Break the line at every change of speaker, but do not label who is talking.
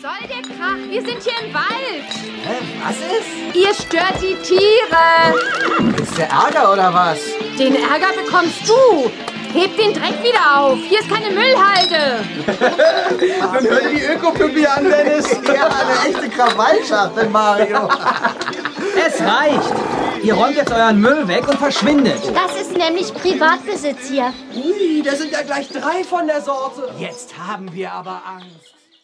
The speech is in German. soll der Krach? Wir sind hier im Wald.
Hä, was ist?
Ihr stört die Tiere.
Ist der Ärger oder was?
Den Ärger bekommst du. Heb den Dreck wieder auf. Hier ist keine Müllhalde.
Dann hör dir die Ökopüppi an, Dennis.
Ja, eine echte Krawallschachtel, Mario.
Es reicht. Ihr räumt jetzt euren Müll weg und verschwindet.
Das ist nämlich Privatbesitz hier.
Ui, da sind ja gleich drei von der Sorte.
Jetzt haben wir aber Angst.